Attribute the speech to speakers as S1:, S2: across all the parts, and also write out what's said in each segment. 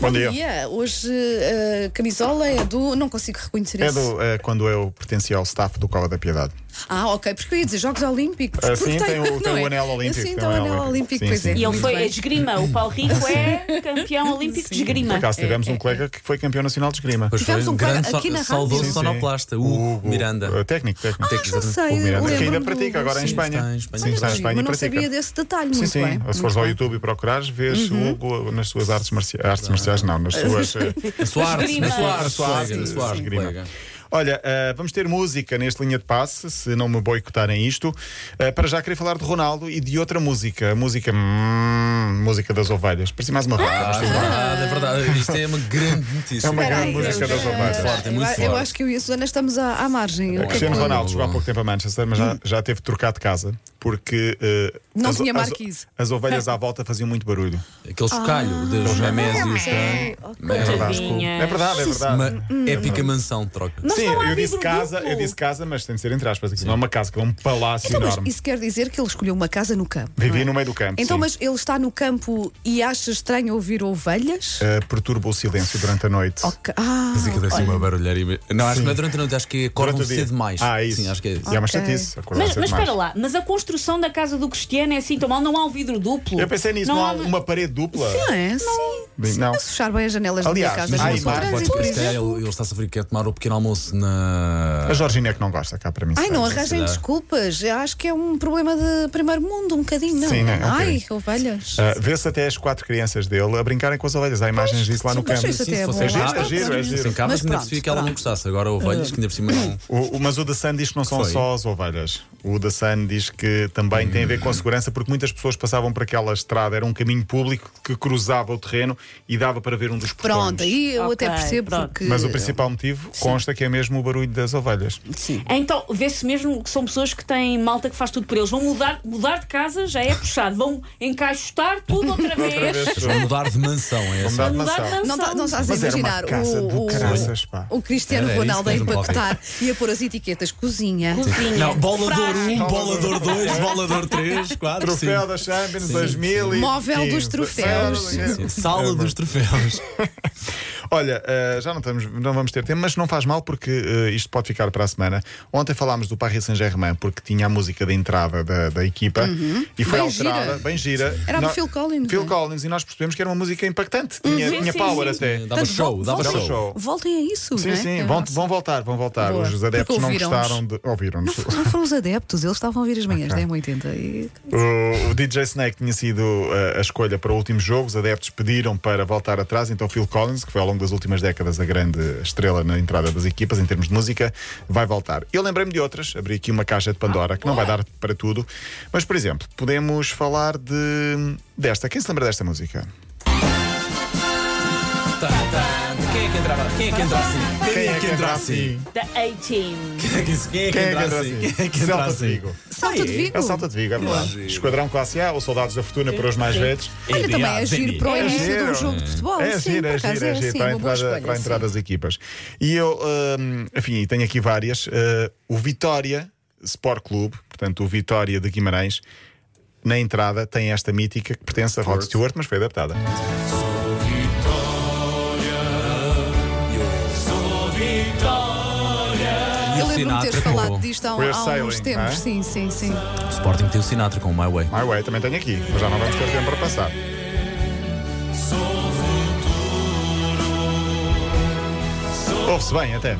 S1: Bom dia.
S2: Hoje eh, a camisola é do. Não consigo reconhecer
S1: É
S2: isso.
S1: do, eh, quando eu pertencia ao staff do Cova da Piedade.
S2: Ah, ok, porque eu ia dizer Jogos Olímpicos.
S1: Ah,
S2: Porque
S1: sim, tem o- tem
S2: não
S1: o
S2: é?
S1: anel olímpico,
S2: Sim,
S1: tem
S2: tem
S1: o
S2: o
S1: anel
S2: anel
S1: olímpico.
S2: olípico,
S1: Sim,
S2: pois
S1: sim.
S2: é.
S3: E ele
S2: muito
S3: foi a
S2: bem.
S3: esgrima. O Paulo Rico é campeão olímpico de
S1: Por
S3: esgrima.
S1: acaso tivemos
S2: É,
S1: um
S2: é,
S1: colega que foi campeão nacional de esgrima.
S4: Pois
S2: Tivemos
S4: foi
S2: um
S4: um
S2: colega
S4: grande
S2: aqui na
S4: so saudoso
S2: rádio.
S4: sonoplasta, o
S1: Hugo
S4: Hugo Miranda.
S1: eh, Técnico, técnico.
S4: Ah, já
S1: Exatamente.
S2: sei,
S1: O Miranda, que
S2: lembro-me
S1: ainda
S2: do
S1: pratica
S2: Hugo,
S1: agora em
S2: sim.
S1: Espanha.
S4: Está em Espanha.
S1: Sim, está em
S2: Mas
S1: Espanha e
S2: não
S1: pratica.
S2: sabia desse detalhe,
S1: Sim,
S2: muito
S1: sim.
S2: bem.
S1: Se
S2: muito
S1: fores ao
S2: bem. Uhum.
S1: YouTube e procurares, vês Hugo eh, nas suas artes, marci- artes marciais, não, nas suas. eh,
S4: Na sua arte,
S3: Esgrima.
S4: na sua arte, colega, na sua arte,
S1: Esgrima.
S4: colega.
S1: Olha, eh, vamos ter música neste linha de passe, se não me boicotarem isto. Eh, para já queria falar de Ronaldo e de outra música, a música hum, música das ovelhas. Parecia mais uma vaca.
S4: Ah,
S1: mas
S4: é
S1: tudo bem.
S4: verdade, é verdade. Isto é uma grande notícia.
S1: Ah. É uma
S4: Espera
S1: grande
S4: aí,
S1: música
S4: espera
S1: das
S4: aí.
S1: ovelhas.
S4: Muito forte, é muito
S2: eu, eu
S4: forte.
S2: acho que eu e a Susana estamos à, à margem. O que é que
S1: Cristiano
S2: é?
S1: Ronaldo chegou há pouco tempo a Manchester, mas já, já teve de trocar de casa porque eh,
S2: Hum. Não
S1: as,
S2: tinha
S1: as-
S2: marquise.
S1: as ovelhas à volta faziam muito barulho.
S4: Aquele
S2: Ah,
S4: chocalho dos gemésios. É verdade.
S3: Tadinhas.
S1: É verdade, é verdade.
S2: Hum.
S4: Uma épica mansão de troca.
S3: Mas
S1: Sim,
S3: não há
S1: eu disse
S3: livro
S1: casa,
S3: duplo.
S1: eu disse casa, mas tem de ser entre aspas. Aquilo não é uma casa, aquilo é um palácio
S2: Então, mas
S1: enorme.
S2: isso quer dizer que ele escolheu uma casa no campo.
S1: Vivia
S2: não é?
S1: no meio do campo.
S2: Então,
S1: sim.
S2: mas ele está no campo e acha estranho ouvir ovelhas?
S1: Eh, perturba o silêncio durante a noite.
S2: Ok. Ah,
S4: Música deve ser uma barulheira. imen- Não, acho que não é durante a noite, acho que acordam
S1: Durante o dia.
S4: cedo mais.
S1: Ah, é isso.
S4: Sim, acho que é isso.
S1: E é uma
S2: Ok.
S1: chatice. acordar
S3: Mas,
S1: cedo
S3: mas
S1: demais.
S3: espera lá, mas a construção da casa do Cristiano é assim tão mal, não há um vidro duplo.
S1: Eu pensei nisso, não, há uma parede dupla.
S2: não é? Sim.
S1: Bem, não.
S2: Se fechar bem as janelas
S1: Aliás,
S2: da minha casa,
S1: mas
S2: não
S1: há
S2: sou
S1: imagens-
S2: é um trânsito, por
S4: Porque se calhar
S2: exemplo.
S4: ele, ele está a sofrer que quer tomar o pequeno almoço na.
S1: A Georgina é que não gosta, cá para mim.
S2: Ai,
S1: sabe?
S2: não arranjem
S4: dá.
S2: desculpas. Eu acho que é um problema de primeiro mundo, um bocadinho, não?
S1: Sim, não é?
S2: Ai,
S1: Ok.
S2: ovelhas.
S1: Ah, Vê-se até as quatro crianças dele a brincarem com as ovelhas. Há imagens disso lá no
S2: mas
S1: campo.
S2: isso até
S4: Sim,
S2: é
S4: se
S2: bom.
S4: fosse
S1: giro,
S4: lá-
S1: é giro, é
S4: Sim,
S1: giro.
S4: Sem cabras,
S2: Mas
S4: ainda
S2: pronto,
S4: percebi que ela não
S2: pronto.
S4: gostasse. Agora ovelhas, que ainda por cima é um não.
S1: O, o- mas o The Sun diz que não são
S4: Foi.
S1: só as ovelhas. O The Sun diz que também tem a ver com a segurança, porque muitas pessoas passavam por aquela estrada, era um caminho público que cruzava o terreno e dava para ver um dos portões.
S2: Pronto, aí eu
S3: Ok,
S2: até percebo
S3: pronto.
S2: porque.
S1: Mas o principal motivo consta que é mesmo o barulho das ovelhas.
S2: Sim.
S3: Então vê-se mesmo que são pessoas que têm malta que faz tudo por eles. Vão mudar, mudar de casa, já é puxado. Vão encaixotar tudo outra vez.
S1: Outra vez,
S4: Eles vão mudar de mansão, é
S1: vamos
S4: essa.
S1: dar de
S3: Mudar de
S1: mansão.
S2: Não,
S3: um
S2: tá, não estás a
S1: Mas era uma
S2: imaginar
S1: casa do
S2: o,
S1: caraças, pá.
S2: o, o Cristiano
S4: Era isso
S2: Ronaldo a
S4: mesmo, Paulo.
S2: empacotar e a pôr as etiquetas cozinha.
S3: Cozinha.
S4: Não, bolador
S3: Frasco.
S4: 1, bolador 2, bolador 3, 4,
S1: Troféu
S4: 5.
S1: da Champions 2000 e
S2: Móvel dos
S1: 15.
S2: troféus.
S1: Sim, sim.
S4: Sala dos troféus.
S1: Olha, eh, já não, estamos, não vamos ter tempo, mas não faz mal porque eh, isto pode ficar para a semana. Ontem falámos do Paris Saint-Germain porque tinha a música de entrada da, da equipa e foi
S2: Uhum. Bem
S1: alterada,
S2: gira.
S1: bem gira.
S2: Era do
S1: No-
S2: Phil Collins,
S1: Phil
S2: é? Uhum.
S1: Collins, e nós percebemos que era uma música impactante. Tinha,
S3: Sim,
S1: tinha
S3: sim,
S1: power
S3: sim.
S1: até.
S4: É, Dava
S2: Portanto, um
S4: show, dava
S2: voltem-
S1: Dava show.
S4: show.
S2: Voltem a isso,
S1: Sim,
S2: não é?
S1: sim,
S2: É
S1: vão,
S2: nosso.
S1: vão voltar, vão voltar.
S2: Boa.
S1: Os adeptos
S2: Porque
S1: não
S2: ouviram-nos.
S1: gostaram de. Ouviram-nos.
S2: Não foram os adeptos, eles estavam a ouvir as manhãs da M80. E...
S1: O, o DJ Snake tinha sido eh, a escolha para o último jogo, os adeptos pediram para voltar atrás, então Phil Collins, que foi ao longo das últimas décadas a grande estrela na entrada das equipas em termos de música, vai voltar. Eu lembrei-me de outras, abri aqui uma caixa de Pandora, que não vai dar para tudo, mas por exemplo, podemos falar de desta. Quem se lembra desta música?
S4: Tá, tá. Quem é que entrava? Quem é que entra assim? Quem é que entra assim?
S3: Da A-Team.
S4: Quem é que- Quem é
S1: Quem
S4: que
S1: é que
S4: entra
S1: entra
S4: assim?
S1: assim?
S4: Quem é que entra
S1: Celta de
S4: assim?
S1: Vigo.
S2: Salta de Vigo.
S1: É o Salta de Vigo, é verdade.
S4: Giro.
S1: Esquadrão Classe A ou Soldados da Fortuna para os mais velhos.
S2: Olha, também é
S4: NBA,
S2: giro para o
S1: É
S2: início de
S1: giro.
S2: um jogo de futebol.
S1: É
S2: sim,
S1: giro,
S2: por
S1: é
S2: acaso
S1: giro,
S2: é,
S1: é giro
S2: assim,
S1: para a
S2: uma boa
S1: entrada,
S2: escolha.
S1: para a
S2: sim.
S1: entrada das equipas. E eu, hum, enfim, tenho aqui várias. Eh, o Vitória Sport Clube, portanto, o Vitória de Guimarães, na entrada tem esta mítica que pertence a Rod Stewart, mas foi adaptada.
S4: E
S2: Eu
S4: o
S2: lembro-me de
S4: Sinatra
S2: teres
S4: com o-
S2: falado disto há,
S1: We're
S2: há uns
S1: sailing,
S2: tempos.
S1: não é?
S2: Sim, sim, sim.
S4: O Sporting tem o Sinatra com o My Way.
S1: My Way também tenho aqui, mas já não vamos ter tempo para passar. Ouve-se bem até.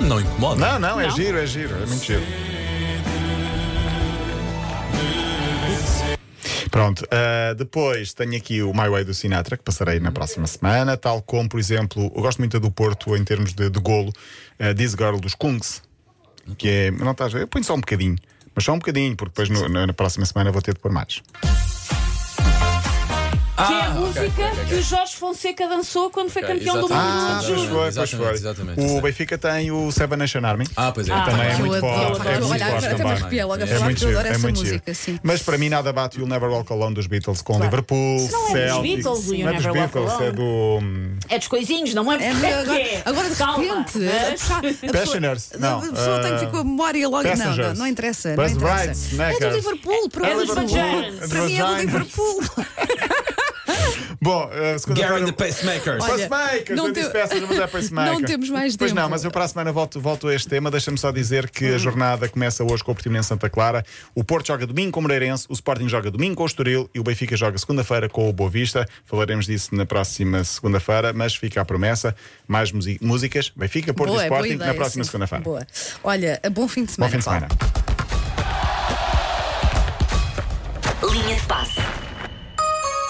S4: Não incomoda.
S1: Não, não, é
S3: Não?
S1: giro, é giro, é muito giro. Pronto, ah, depois tenho aqui o My Way do Sinatra, que passarei na próxima semana, tal como, por exemplo, eu gosto muito da do Porto em termos de, de golo, ah, This Girl dos Kungs, que é. Não estás a ver? Eu ponho só um bocadinho, mas só um bocadinho, porque depois no- na, na próxima semana vou ter de pôr mais.
S4: Ah,
S3: que é a
S4: ok,
S3: música
S4: ok, ok.
S3: que o Jorge Fonseca dançou quando foi
S4: Ok,
S3: campeão do mundo.
S4: exatamente,
S1: Ah,
S3: no
S1: pois
S3: outro jogo.
S1: foi, pois
S4: Exatamente,
S1: foi.
S4: exatamente,
S1: O
S4: exatamente.
S1: Benfica tem o Seven Nation Army.
S4: Ah, pois é.
S1: Também é
S2: eu
S1: muito
S2: adoro,
S1: forte, é muito forte
S2: olha, agora até me
S1: também.
S2: arrepiei logo a
S4: É
S2: falar
S1: muito
S2: porque eu
S1: giro,
S2: adoro essa
S1: muito
S2: música,
S1: giro.
S2: sim.
S1: Mas para mim nada bate o Never Walk Alone dos Beatles com Liverpool,
S3: Isso não é dos
S1: Celtic.
S3: Beatles, o
S1: não é
S3: Never
S1: dos
S3: Walk
S1: Beatles,
S3: Alone.
S1: é do hum,
S3: É dos coisinhos, não é?
S2: É,
S3: Porque
S2: agora,
S3: é.
S2: agora de
S3: Calma.
S2: repente, a pessoa- a pessoa-
S1: Passioners, não, eh,
S2: A pessoa tem que ficar com a memória logo. Não, não,
S1: Passengers.
S2: não interessa.
S1: Buzz né,
S2: não interessa.
S1: Bright,
S2: é do
S1: Snackers.
S2: Liverpool, por
S3: É
S2: amor de
S3: dos
S2: Deus.
S3: Bajans.
S2: Para mim é do
S1: Bajans.
S2: Liverpool.
S1: Bom, eh, segunda-feira-
S4: Gary the Pacemaker.
S2: Olha,
S1: Pacemakers,
S2: não
S1: eu disse
S2: te-
S1: peças, mas é pacemaker.
S2: Não temos mais
S1: Pois não,
S2: tempo. Hum.
S1: mas eu para a semana volto, volto a este tema. Deixa-me só dizer que a jornada começa hoje com o Portimonense Santa Clara. O Porto joga domingo com o Moreirense, o Sporting joga domingo com o Estoril e o Benfica joga segunda-feira com o Boa Vista. Falaremos disso na próxima segunda-feira, mas fica a promessa. Mais musi- músicas, Benfica, Porto
S2: boa,
S1: e
S2: boa
S1: Sporting
S2: ideia,
S1: na próxima
S2: sim.
S1: segunda-feira.
S2: Boa. Olha, bom fim de
S1: Bom
S2: semana.
S1: fim de
S2: Paulo.
S1: semana.
S5: Linha de passe.